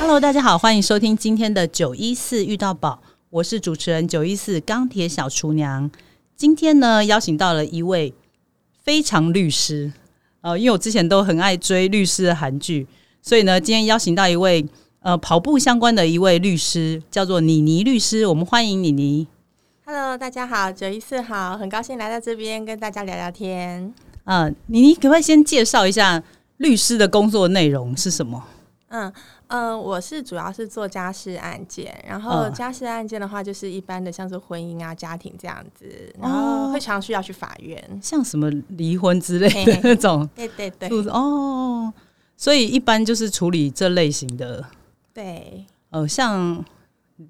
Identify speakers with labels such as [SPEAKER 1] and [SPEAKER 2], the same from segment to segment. [SPEAKER 1] Hello，大家好，欢迎收听今天的九一四遇到宝，我是主持人九一四钢铁小厨娘。今天呢，邀请到了一位非常律师，呃，因为我之前都很爱追律师的韩剧，所以呢，今天邀请到一位呃跑步相关的一位律师，叫做妮妮律师，我们欢迎妮妮。
[SPEAKER 2] Hello，大家好，九一四好，很高兴来到这边跟大家聊聊天。
[SPEAKER 1] 嗯、妮妮，可不可以先介绍一下律师的工作内容是什么？
[SPEAKER 2] 嗯呃，我是主要是做家事案件，然后
[SPEAKER 1] 嗯
[SPEAKER 2] 家事案件的话就是一般的像是婚姻啊、家庭这样子，
[SPEAKER 1] 哦
[SPEAKER 2] 然后会常需要去法院。
[SPEAKER 1] 像什么离婚之类
[SPEAKER 2] 嘿
[SPEAKER 1] 的
[SPEAKER 2] 嘿
[SPEAKER 1] 那种
[SPEAKER 2] 对对对
[SPEAKER 1] 诉哦，所以一般就是处理这类型的，
[SPEAKER 2] 对
[SPEAKER 1] 呃，像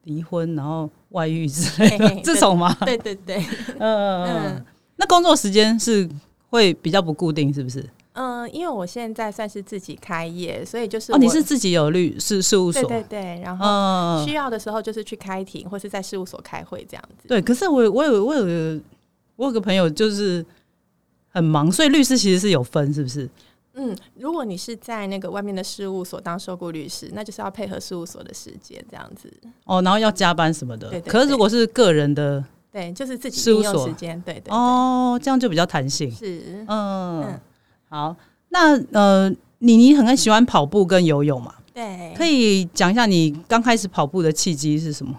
[SPEAKER 1] 离婚然后外遇之类
[SPEAKER 2] 嘿
[SPEAKER 1] 的
[SPEAKER 2] 嘿
[SPEAKER 1] 这种吗？
[SPEAKER 2] 对对对，
[SPEAKER 1] 嗯嗯嗯
[SPEAKER 2] 嗯
[SPEAKER 1] 嗯。那工作时间是会比较不固定，是不是？
[SPEAKER 2] 嗯，因为我现在算是自己开业，所以就是
[SPEAKER 1] 哦，你
[SPEAKER 2] 我
[SPEAKER 1] 是自己有律师事务所
[SPEAKER 2] 对？对对，然后
[SPEAKER 1] 嗯，
[SPEAKER 2] 需要的时候就是去开庭或是在事务所开会这样子。
[SPEAKER 1] 对。可是我有我有我有个我有个朋友就是很忙，所以律师其实是有分，是不是？
[SPEAKER 2] 嗯，如果你是在那个外面的事务所当受雇律师，那就是要配合事务所的时间这样子。
[SPEAKER 1] 哦，然后要加班什么的。
[SPEAKER 2] 对对
[SPEAKER 1] 可是如果是个人的，
[SPEAKER 2] 对，就是自己
[SPEAKER 1] 事务
[SPEAKER 2] 应
[SPEAKER 1] 所
[SPEAKER 2] 用时间。对对对，
[SPEAKER 1] 哦，这样就比较弹性。
[SPEAKER 2] 是，
[SPEAKER 1] 嗯
[SPEAKER 2] 嗯，
[SPEAKER 1] 好，那呃，妮妮很喜欢跑步跟游泳嘛，
[SPEAKER 2] 对，
[SPEAKER 1] 可以讲一下你刚开始跑步的契机是什么？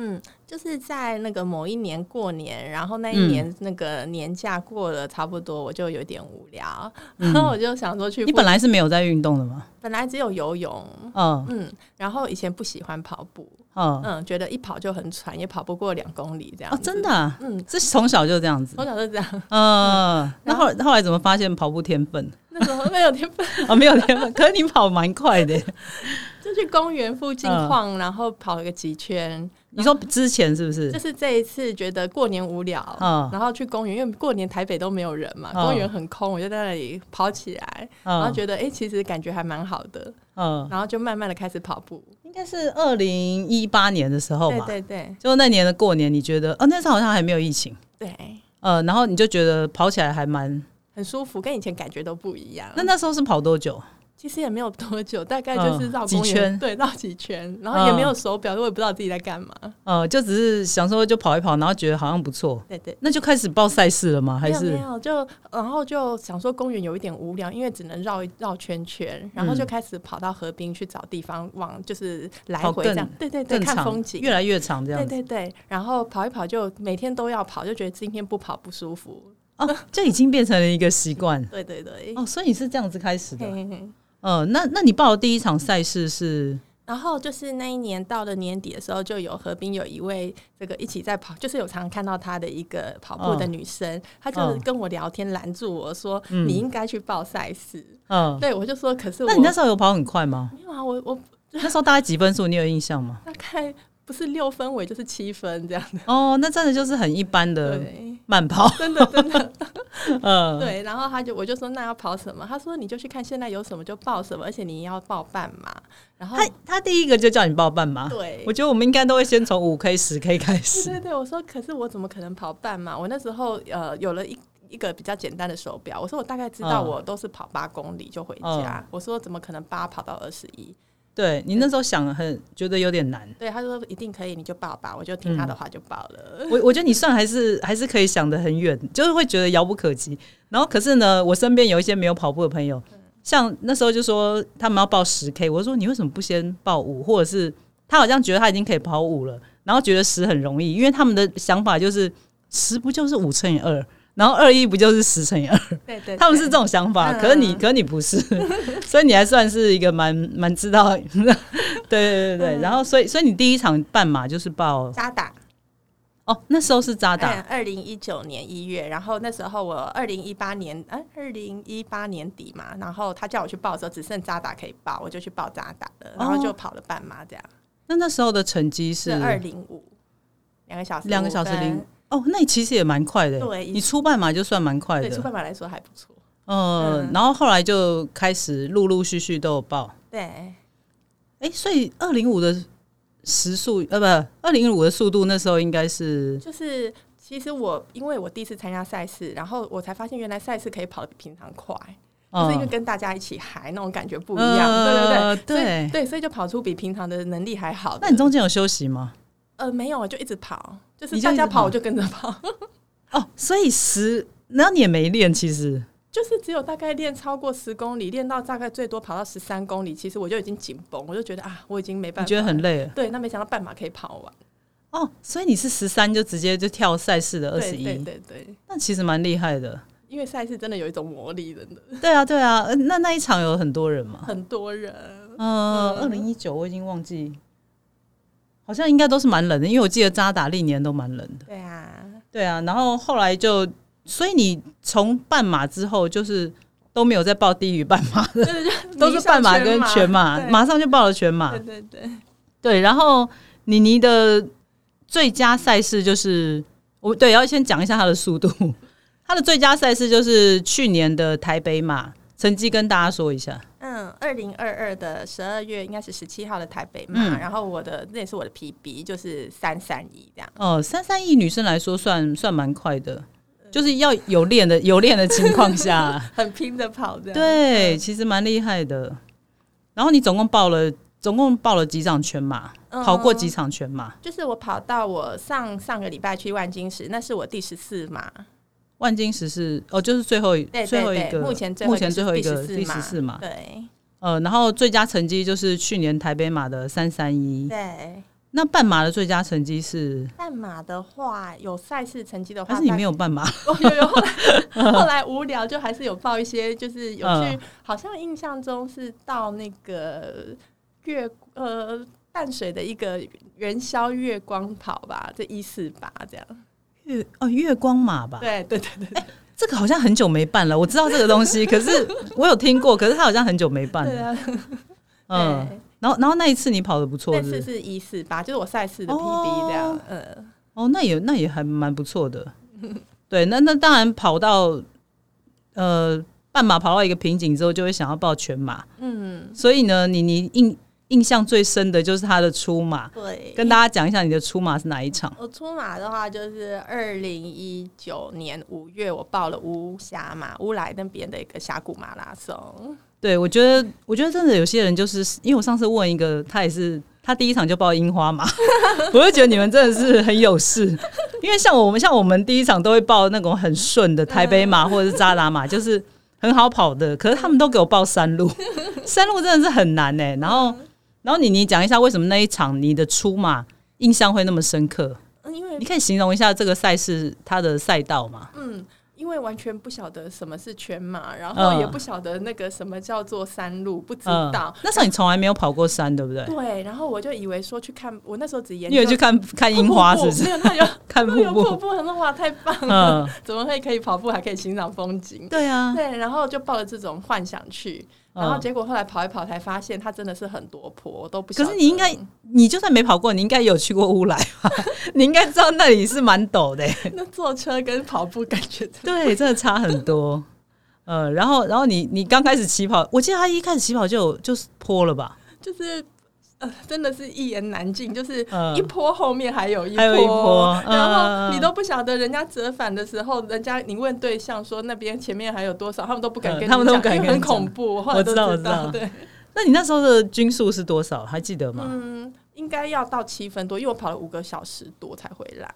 [SPEAKER 2] 嗯，就是在那个某一年过年，然后那一
[SPEAKER 1] 嗯
[SPEAKER 2] 年那个年假过了差不多，我就有点无聊，然后我就想说去
[SPEAKER 1] 嗯你
[SPEAKER 2] 附
[SPEAKER 1] 本来是没有在运动的吗？
[SPEAKER 2] 本来只有游泳。
[SPEAKER 1] 嗯
[SPEAKER 2] 嗯，然后以前不喜欢跑步，
[SPEAKER 1] 嗯，
[SPEAKER 2] 嗯，觉得一跑就很喘，也跑不过两公里这样
[SPEAKER 1] 哦，
[SPEAKER 2] 子。
[SPEAKER 1] 真的、啊，
[SPEAKER 2] 嗯，
[SPEAKER 1] 这从小就这样子。
[SPEAKER 2] 从小就这样。
[SPEAKER 1] 嗯，那
[SPEAKER 2] 然
[SPEAKER 1] 后
[SPEAKER 2] 后
[SPEAKER 1] 后来怎么发现跑步天分？
[SPEAKER 2] 那时候没有天分，
[SPEAKER 1] 啊，没有天分，可是你跑蛮快的。
[SPEAKER 2] 就去公园附近
[SPEAKER 1] 嗯
[SPEAKER 2] 晃，然后跑了个几圈。
[SPEAKER 1] 你说之前是不是
[SPEAKER 2] 就？是这一次觉得过年无聊，
[SPEAKER 1] 嗯
[SPEAKER 2] 然后去公园，因为过年台北都没有人嘛，
[SPEAKER 1] 嗯
[SPEAKER 2] 公园很空，我就在那里跑起来，然后
[SPEAKER 1] 嗯
[SPEAKER 2] 觉得哎、诶其实感觉还蛮好的，
[SPEAKER 1] 嗯，
[SPEAKER 2] 然后就慢慢的开始跑步。
[SPEAKER 1] 应该是二零一八年的时候
[SPEAKER 2] 对
[SPEAKER 1] 吧。
[SPEAKER 2] 对对
[SPEAKER 1] 就那年的过年，你觉得，哦，那时候好像还没有疫情，
[SPEAKER 2] 对，
[SPEAKER 1] 呃，然后你就觉得跑起来还蛮
[SPEAKER 2] 很舒服，跟以前感觉都不一样。
[SPEAKER 1] 那那时候是跑多久？
[SPEAKER 2] 其实也没有多久，大概就是
[SPEAKER 1] 嗯
[SPEAKER 2] 绕
[SPEAKER 1] 几
[SPEAKER 2] 公园，
[SPEAKER 1] 圈嗯
[SPEAKER 2] 对，绕几圈，然后也没有手表，我也不知道自己在干嘛。
[SPEAKER 1] 呃，就只是想说就跑一跑，然后觉得好像不错，
[SPEAKER 2] 对对。
[SPEAKER 1] 那就开始报赛事了吗？还
[SPEAKER 2] 没有没
[SPEAKER 1] 是
[SPEAKER 2] 有，就然后就想说公园有一点无聊，因为只能绕一绕圈圈，然后
[SPEAKER 1] 嗯
[SPEAKER 2] 就开始跑到河滨去找地方往，就是来
[SPEAKER 1] 跑
[SPEAKER 2] 回
[SPEAKER 1] 更
[SPEAKER 2] 这样，对对对，
[SPEAKER 1] 正
[SPEAKER 2] 看
[SPEAKER 1] 常
[SPEAKER 2] 风景，
[SPEAKER 1] 越来越长这样子？
[SPEAKER 2] 对对对，然后跑一跑就每天都要跑，就觉得今天不跑不舒服。
[SPEAKER 1] 哦，就已经变成了一个习惯
[SPEAKER 2] 对对对，
[SPEAKER 1] 哦，所以你是这样子开始的
[SPEAKER 2] 嘿。嘿嘿
[SPEAKER 1] 呃，那那你报的第一场赛事是
[SPEAKER 2] 然后就是那一年到了年底的时候，就有河滨有一位这个一起在跑，就是有常看到她的一个跑步的
[SPEAKER 1] 嗯
[SPEAKER 2] 女生，她就是
[SPEAKER 1] 嗯
[SPEAKER 2] 跟我聊天拦住我说：“
[SPEAKER 1] 嗯
[SPEAKER 2] 你应该去报赛事。
[SPEAKER 1] 嗯，
[SPEAKER 2] 对我就说：“可是我
[SPEAKER 1] 那你那时候有跑很快吗？
[SPEAKER 2] 没有啊，我我
[SPEAKER 1] 那时候大概几分数？你有印象吗？
[SPEAKER 2] 大概不是六分，我也就是七分这样的。
[SPEAKER 1] 哦，那真的就是很一般”的
[SPEAKER 2] 对。
[SPEAKER 1] 慢跑，
[SPEAKER 2] 真的真的
[SPEAKER 1] 呃，
[SPEAKER 2] 对，然后他就我就说那要跑什么？他说你就去看现在有什么就报什么，而且你要报半马。然 后
[SPEAKER 1] 他他第一个就叫你报半马，
[SPEAKER 2] 对
[SPEAKER 1] 我，觉得我们应该都会先从五 K、十 K 开
[SPEAKER 2] 对
[SPEAKER 1] 始，
[SPEAKER 2] 对对，我说可是我怎么可能跑半马？我那时候呃有了一。一个比较简单的手表，我说我大概知道，
[SPEAKER 1] 嗯
[SPEAKER 2] 我都是跑八公里就回家。我说怎么可能八跑到二十一？
[SPEAKER 1] 对你那时候想很觉得有点难。
[SPEAKER 2] 对，他说一定可以，你就报吧。我就听
[SPEAKER 1] 嗯
[SPEAKER 2] 他的话就报 了。
[SPEAKER 1] 我我觉得你算还是还是可以想得很远，就是会觉得遥不可及。然后可是呢，我身边有一些没有跑步的朋友，
[SPEAKER 2] 嗯
[SPEAKER 1] 像那时候就说他们要报十 K，我就说你为什么不先报五，或者是他好像觉得他已经可以跑五了，然后觉得十很容易，因为他们的想法就是十不就是五乘以二，然后二一不就是十乘以二，
[SPEAKER 2] 对对
[SPEAKER 1] 他们是
[SPEAKER 2] 对
[SPEAKER 1] 这种想法。
[SPEAKER 2] 嗯
[SPEAKER 1] 可是你可是你不是， 所以你还算是一个蛮蛮知道， 对对对对
[SPEAKER 2] 嗯
[SPEAKER 1] 对。然后所以所以你第一场半马就是报
[SPEAKER 2] 渣打，
[SPEAKER 1] 哦，那时候是渣打。
[SPEAKER 2] 二零一九年一月，然后那时候我二零一八年，哎、二零一八年底嘛，然后他叫我去报的时候，只剩渣打可以报，我就去报渣打了，然后就跑了半马，这样、
[SPEAKER 1] 那那时候的成绩哦是
[SPEAKER 2] 是二零五，两个小时，
[SPEAKER 1] 两个小时零，哦，那你其实也蛮快的。
[SPEAKER 2] 对
[SPEAKER 1] 你初半马就算蛮快
[SPEAKER 2] 对，出
[SPEAKER 1] 的。
[SPEAKER 2] 半马来说还不错，
[SPEAKER 1] 呃、
[SPEAKER 2] 嗯
[SPEAKER 1] 然后后来就开始陆陆续续都有报。
[SPEAKER 2] 对，
[SPEAKER 1] 哎、所以二零五的时速，呃，不，二零五的速度那时候应该是
[SPEAKER 2] 就是。其实我因为我第一次参加赛事，然后我才发现原来赛事可以跑得比平常快，就是因
[SPEAKER 1] 嗯
[SPEAKER 2] 为跟大家一起嗨那种感觉不一样，
[SPEAKER 1] 呃
[SPEAKER 2] 对对对，所以
[SPEAKER 1] 对
[SPEAKER 2] 对，所以就跑出比平常的能力还好的。
[SPEAKER 1] 那你中间有休息吗？
[SPEAKER 2] 呃没有啊，就一直跑，就
[SPEAKER 1] 你
[SPEAKER 2] 是
[SPEAKER 1] 就一
[SPEAKER 2] 大
[SPEAKER 1] 直
[SPEAKER 2] 家
[SPEAKER 1] 跑
[SPEAKER 2] 跑我就跟着跑，
[SPEAKER 1] 哦，所以十，然后你也没练，其实
[SPEAKER 2] 就是只有大概练超过十公里，练到大概最多跑到十三公里，其实我就已经紧绷，我就觉得啊，我已经没办
[SPEAKER 1] 你
[SPEAKER 2] 法，
[SPEAKER 1] 觉得很累了
[SPEAKER 2] 对。那没想到半马可以跑完，
[SPEAKER 1] 哦，所以你是十三就直接就跳赛事的二
[SPEAKER 2] 对
[SPEAKER 1] 十
[SPEAKER 2] 对
[SPEAKER 1] 一，
[SPEAKER 2] 对对，
[SPEAKER 1] 那其实蛮厉害的。
[SPEAKER 2] 因为赛事真的有一种魔力，真的
[SPEAKER 1] 对啊，对啊，呃那那一场有很多人嘛？
[SPEAKER 2] 很多人。
[SPEAKER 1] 嗯，二
[SPEAKER 2] 嗯
[SPEAKER 1] 零一九我已经忘记，好像应该都是蛮冷的，因为我记得扎达历年都蛮冷的。
[SPEAKER 2] 对啊，
[SPEAKER 1] 对啊，然后后来就，所以你从半马之后就是都没有再报低于半马 的， 都是半马跟全马，
[SPEAKER 2] 对
[SPEAKER 1] 马上就报了全马
[SPEAKER 2] 对。对对，
[SPEAKER 1] 对，然后妮妮的最佳赛事就是我对要先讲一下她的速度， 她的最佳赛事就是去年的台北马，成绩跟大家说一下。
[SPEAKER 2] 嗯，二零二二的十二月应该是十七号的台北嘛，
[SPEAKER 1] 嗯
[SPEAKER 2] 然后我的那也是我的 PB，就是三三一这样。，
[SPEAKER 1] 哦，三三亿女生来说算算蛮快的，就是要有练的有练的情况下
[SPEAKER 2] 很拼的跑这样。
[SPEAKER 1] 对，其实蛮厉害的。然后你总共报了总共报了几场全马，
[SPEAKER 2] 嗯
[SPEAKER 1] 跑过几场全马？
[SPEAKER 2] 就是我跑到我上上个礼拜去万金石，那是我第十四嘛，
[SPEAKER 1] 万金石是哦，就是最后一
[SPEAKER 2] 对对
[SPEAKER 1] 最后一
[SPEAKER 2] 对
[SPEAKER 1] 个，
[SPEAKER 2] 目前最后
[SPEAKER 1] 目
[SPEAKER 2] 一个
[SPEAKER 1] 前最后一个
[SPEAKER 2] 是
[SPEAKER 1] 第
[SPEAKER 2] 第14
[SPEAKER 1] 十四嘛。
[SPEAKER 2] 对
[SPEAKER 1] 呃，然后最佳成绩就是去年台北马的三三一，
[SPEAKER 2] 对。
[SPEAKER 1] 那半马的最佳成绩是，
[SPEAKER 2] 半马的话，有赛事成绩的话，
[SPEAKER 1] 还是你
[SPEAKER 2] 大
[SPEAKER 1] 没有半马？
[SPEAKER 2] 哦，有有后来后来无聊，就还是有报一些，就是有去，
[SPEAKER 1] 嗯
[SPEAKER 2] 好像印象中是到那个月呃淡水的一个元宵月光跑吧，这一四八这样。
[SPEAKER 1] 月哦，月光马吧？
[SPEAKER 2] 对对对对
[SPEAKER 1] 这个好像很久没办了，我知道这个东 西，可是我有听过，可是他好像很久没办
[SPEAKER 2] 对
[SPEAKER 1] 了。
[SPEAKER 2] 啊！
[SPEAKER 1] 嗯，
[SPEAKER 2] 对，
[SPEAKER 1] 然后然后那一次你跑的不错，
[SPEAKER 2] 那
[SPEAKER 1] 是不
[SPEAKER 2] 次
[SPEAKER 1] 是？
[SPEAKER 2] 是一四八，就是我赛事的
[SPEAKER 1] 哦
[SPEAKER 2] PB 这样。嗯，
[SPEAKER 1] 哦，那也那也还蛮不错的。对，那那当然跑到呃半马跑到一个瓶颈之后，就会想要报全马。嗯，所以呢，你你印印象最深的就是他的出马，
[SPEAKER 2] 对。
[SPEAKER 1] 跟大家讲一下你的出马是哪一场？
[SPEAKER 2] 我出马的话，就是二零一九年五月，我报了乌峡马乌来那边的一个峡谷马拉松。
[SPEAKER 1] 对，我觉得，我觉得真的有些人就是，因为我上次问一个，他也是，他第一场就报樱花嘛， 我就觉得你们真的是很有事，因为像我们，像我们第一场都会报那种很顺的台北马或者是扎达马，就是很好跑的，可是他们都给我报山路， 山路真的是很难呢、欸然后，然后你你讲一下为什么那一场你的出马印象会那么深刻？
[SPEAKER 2] 嗯，因为
[SPEAKER 1] 你可以形容一下这个赛事它的赛道吗？
[SPEAKER 2] 嗯，因为完全不晓得什么是全马，然后也
[SPEAKER 1] 嗯
[SPEAKER 2] 不晓得那个什么叫做山路，不知
[SPEAKER 1] 嗯
[SPEAKER 2] 道。，
[SPEAKER 1] 那时候你从来没有跑过山，对不对？
[SPEAKER 2] 对，然后我就以为说去看，我那时候只研
[SPEAKER 1] 你
[SPEAKER 2] 究
[SPEAKER 1] 有去看看樱
[SPEAKER 2] 瀑
[SPEAKER 1] 花是
[SPEAKER 2] 布
[SPEAKER 1] 不是？
[SPEAKER 2] 没有，那有
[SPEAKER 1] 看
[SPEAKER 2] 那有
[SPEAKER 1] 瀑
[SPEAKER 2] 瀑
[SPEAKER 1] 布。
[SPEAKER 2] 布，很说哇，太棒了！
[SPEAKER 1] 嗯，
[SPEAKER 2] 怎么会可以跑步，还可以欣赏风景？
[SPEAKER 1] 对啊，
[SPEAKER 2] 对，然后就抱着这种幻想去，然
[SPEAKER 1] 嗯
[SPEAKER 2] 后结果后来跑一跑才发现，它真的是很多坡，我都不晓
[SPEAKER 1] 可
[SPEAKER 2] 得。
[SPEAKER 1] 是你应该，你就算没跑过，你应该有去过乌来吧？ 你应该知道那里是蛮陡 的、
[SPEAKER 2] 那坐车跟跑步感觉真 的
[SPEAKER 1] 对，真的差很多。 呃，然后，然后你你刚开始起跑，我记得他一开始起跑就有就是坡了吧？
[SPEAKER 2] 就是。呃，真的是一言难尽，就是
[SPEAKER 1] 嗯
[SPEAKER 2] 一坡后面还有一
[SPEAKER 1] 还有一坡
[SPEAKER 2] 然
[SPEAKER 1] 嗯
[SPEAKER 2] 后你都不晓得人家折返的时候，人家你问对象说那边前面还有多少，他们都不敢
[SPEAKER 1] 嗯
[SPEAKER 2] 跟你讲，
[SPEAKER 1] 他们都不敢
[SPEAKER 2] 因为
[SPEAKER 1] 跟
[SPEAKER 2] 很
[SPEAKER 1] 你讲
[SPEAKER 2] 恐怖。后来
[SPEAKER 1] 我
[SPEAKER 2] 都
[SPEAKER 1] 知道我知道
[SPEAKER 2] 道，对，
[SPEAKER 1] 那你那时候的均速是多少？还记得吗？
[SPEAKER 2] 嗯，应该要到七分多，因为我跑了五个小时多才回来。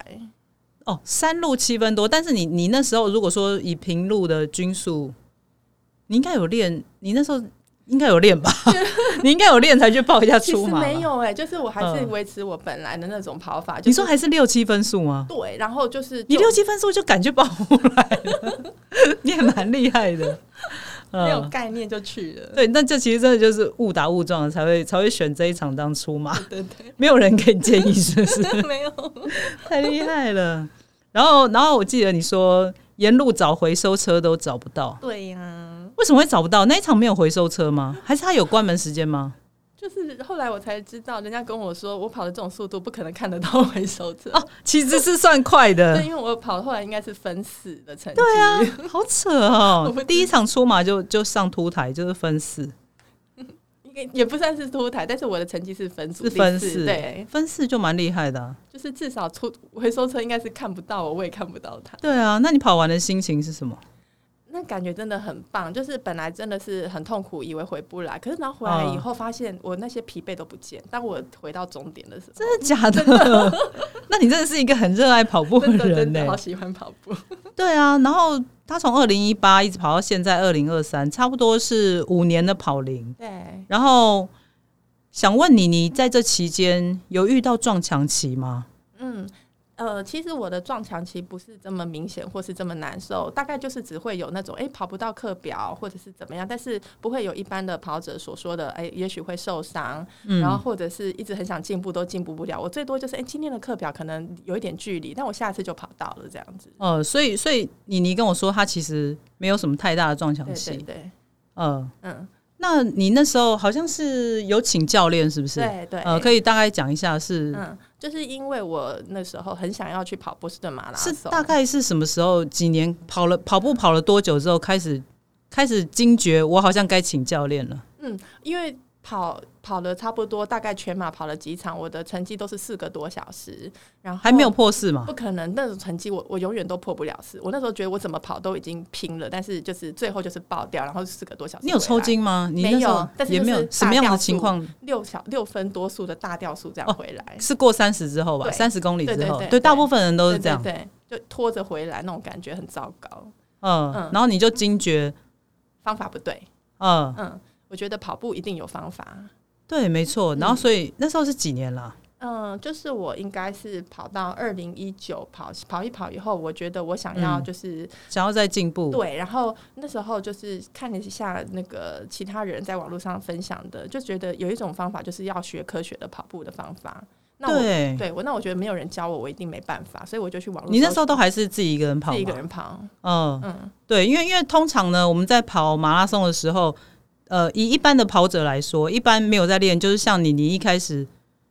[SPEAKER 1] 哦，山路七分多，但是你你那时候如果说以平路的均速，你应该有练，你那时候应该有练 吧？ 你应该有练才去报一下
[SPEAKER 2] 其
[SPEAKER 1] 出
[SPEAKER 2] 实
[SPEAKER 1] 马吧。
[SPEAKER 2] 没有哎、就是我还是
[SPEAKER 1] 嗯
[SPEAKER 2] 维持我本来的那种跑法。就是、
[SPEAKER 1] 你说还是六七分速吗？
[SPEAKER 2] 对，然后就是
[SPEAKER 1] 你
[SPEAKER 2] 就
[SPEAKER 1] 六七分数就敢去保护来了，你也蛮厉害的。
[SPEAKER 2] 没有
[SPEAKER 1] 嗯，
[SPEAKER 2] 概念就去了。
[SPEAKER 1] 对，那这其实真的就是误打误撞才会才会选这一场当出马，
[SPEAKER 2] 对对
[SPEAKER 1] 没有人可以建议，是不是？
[SPEAKER 2] 对，没有。
[SPEAKER 1] 太厉害了。然后，然后我记得你说沿路找回收车都找不到，
[SPEAKER 2] 对呀、
[SPEAKER 1] 为什么会找不到？那一场没有回收车吗？还是他有关门时间吗？
[SPEAKER 2] 就是后来我才知道，人家跟我说我跑的这种速度不可能看得到回收车。
[SPEAKER 1] 哦，其实是算快的
[SPEAKER 2] 对，，因为我跑后来应该是分四的成绩。
[SPEAKER 1] 嗯对啊，好扯
[SPEAKER 2] 我
[SPEAKER 1] 哦
[SPEAKER 2] 不知！
[SPEAKER 1] 第一场出马就就上凸台，就是分四，
[SPEAKER 2] 应该也不算是凸台，但是我的成绩是分组
[SPEAKER 1] 是分
[SPEAKER 2] 第
[SPEAKER 1] 四，
[SPEAKER 2] 对，
[SPEAKER 1] 分四就蛮厉害的啊、
[SPEAKER 2] 就是至少出回收车应该是看不到我，我也看不到他。
[SPEAKER 1] 对啊，那你跑完的心情是什么？
[SPEAKER 2] 那感觉真的很棒，就是本来真的是很痛苦，以为回不来，可是然后回来
[SPEAKER 1] 嗯
[SPEAKER 2] 以后，发现我那些疲惫都不见。当我回到终点的时候，
[SPEAKER 1] 真的假的？ 那你真的是一个很热爱跑步
[SPEAKER 2] 真的
[SPEAKER 1] 人欸
[SPEAKER 2] 真
[SPEAKER 1] 呢、
[SPEAKER 2] 的好喜欢跑步，
[SPEAKER 1] 对啊，然后他从二零一八一直跑到现在二零二三，差不多是五年的跑龄。
[SPEAKER 2] 对，
[SPEAKER 1] 然后想问你，你在这期间有遇到撞墙期吗？
[SPEAKER 2] 嗯。呃，其实我的撞墙期不是这么明显，或是这么难受，大概就是只会有那种哎、诶跑不到课表，或者是怎么样，但是不会有一般的跑者所说的哎、诶也许会受伤，
[SPEAKER 1] 嗯
[SPEAKER 2] 然后或者是一直很想进步都进步不了。我最多就是哎、诶今天的课表可能有一点距离，但我下次就跑到了这样子。
[SPEAKER 1] 呃，所以所以你你跟我说，他其实没有什么太大的撞墙
[SPEAKER 2] 对
[SPEAKER 1] 期。
[SPEAKER 2] 对对，
[SPEAKER 1] 呃，
[SPEAKER 2] 嗯，
[SPEAKER 1] 那你那时候好像是有请教练，是不是？
[SPEAKER 2] 对对，
[SPEAKER 1] 呃，可以大概讲一下是、
[SPEAKER 2] 嗯，就是因为我那时候很想要去跑波士顿马拉
[SPEAKER 1] 是
[SPEAKER 2] 松，
[SPEAKER 1] 大概是什么时候？几年跑了跑步跑了多久之后开始开始惊觉我好像该请教练了？
[SPEAKER 2] 嗯，因为跑跑了差不多，大概全马跑了几场，我的成绩都是四个多小时，然后
[SPEAKER 1] 还没有。破四嘛？
[SPEAKER 2] 不可能，那种成绩我我永远都破不了四。我那时候觉得我怎么跑都已经拼了，但是就是最后就是爆掉，然后四个多小时。
[SPEAKER 1] 你有抽？筋吗？你
[SPEAKER 2] 啊没
[SPEAKER 1] 那时候
[SPEAKER 2] 有但是
[SPEAKER 1] 也
[SPEAKER 2] 就
[SPEAKER 1] 没
[SPEAKER 2] 是
[SPEAKER 1] 有
[SPEAKER 2] 大
[SPEAKER 1] 什么样的
[SPEAKER 2] 掉
[SPEAKER 1] 情
[SPEAKER 2] 速
[SPEAKER 1] 况？
[SPEAKER 2] 六小六分多速的大掉速这样
[SPEAKER 1] 哦
[SPEAKER 2] 回来，
[SPEAKER 1] 是过三十之后吧，
[SPEAKER 2] 对
[SPEAKER 1] 三十公里
[SPEAKER 2] 对
[SPEAKER 1] 之
[SPEAKER 2] 对
[SPEAKER 1] 后，
[SPEAKER 2] 对
[SPEAKER 1] 对，大
[SPEAKER 2] 对
[SPEAKER 1] 部分人都是这样。
[SPEAKER 2] 对对对，就拖着回来那种感觉很糟糕，
[SPEAKER 1] 嗯，
[SPEAKER 2] 嗯
[SPEAKER 1] 然后你就惊觉，
[SPEAKER 2] 方法不对。
[SPEAKER 1] 嗯，
[SPEAKER 2] 嗯，我觉得跑步一定有方法。
[SPEAKER 1] 对，没错。然后所以那时候是几年了？
[SPEAKER 2] 嗯，就是我应该是跑到二零一九跑跑一跑以后，我觉得我想要
[SPEAKER 1] 嗯
[SPEAKER 2] 就是、
[SPEAKER 1] 想要再进步，
[SPEAKER 2] 对，然后那时候就是看了一下那个其他人在网络上分享的，就觉得有一种方法就是要学科学的跑步的方法。那我
[SPEAKER 1] 对。
[SPEAKER 2] 对我那我觉得没有人教我，我一定没办法，所以我就去网络搜。
[SPEAKER 1] 你那时候都还是自己一个人跑
[SPEAKER 2] 自己一个
[SPEAKER 1] 吗？
[SPEAKER 2] 人跑，
[SPEAKER 1] 嗯，
[SPEAKER 2] 嗯，
[SPEAKER 1] 对，因为因为通常呢，我们在跑马拉松的时候，呃，以一般的跑者来说，一般没有在练，就是像你，你一开始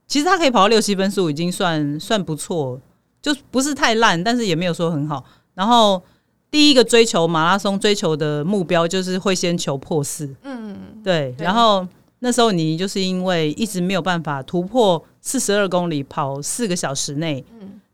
[SPEAKER 1] 其实他可以跑到六七分速，已经算算不错，就不是太烂，但是也没有说很好。然后第一个追求马拉松追求的目标就是会先求破四，嗯，对。
[SPEAKER 2] 对
[SPEAKER 1] 然后那时候你就是因为一直没有办法突破四十二公里跑四个小时内，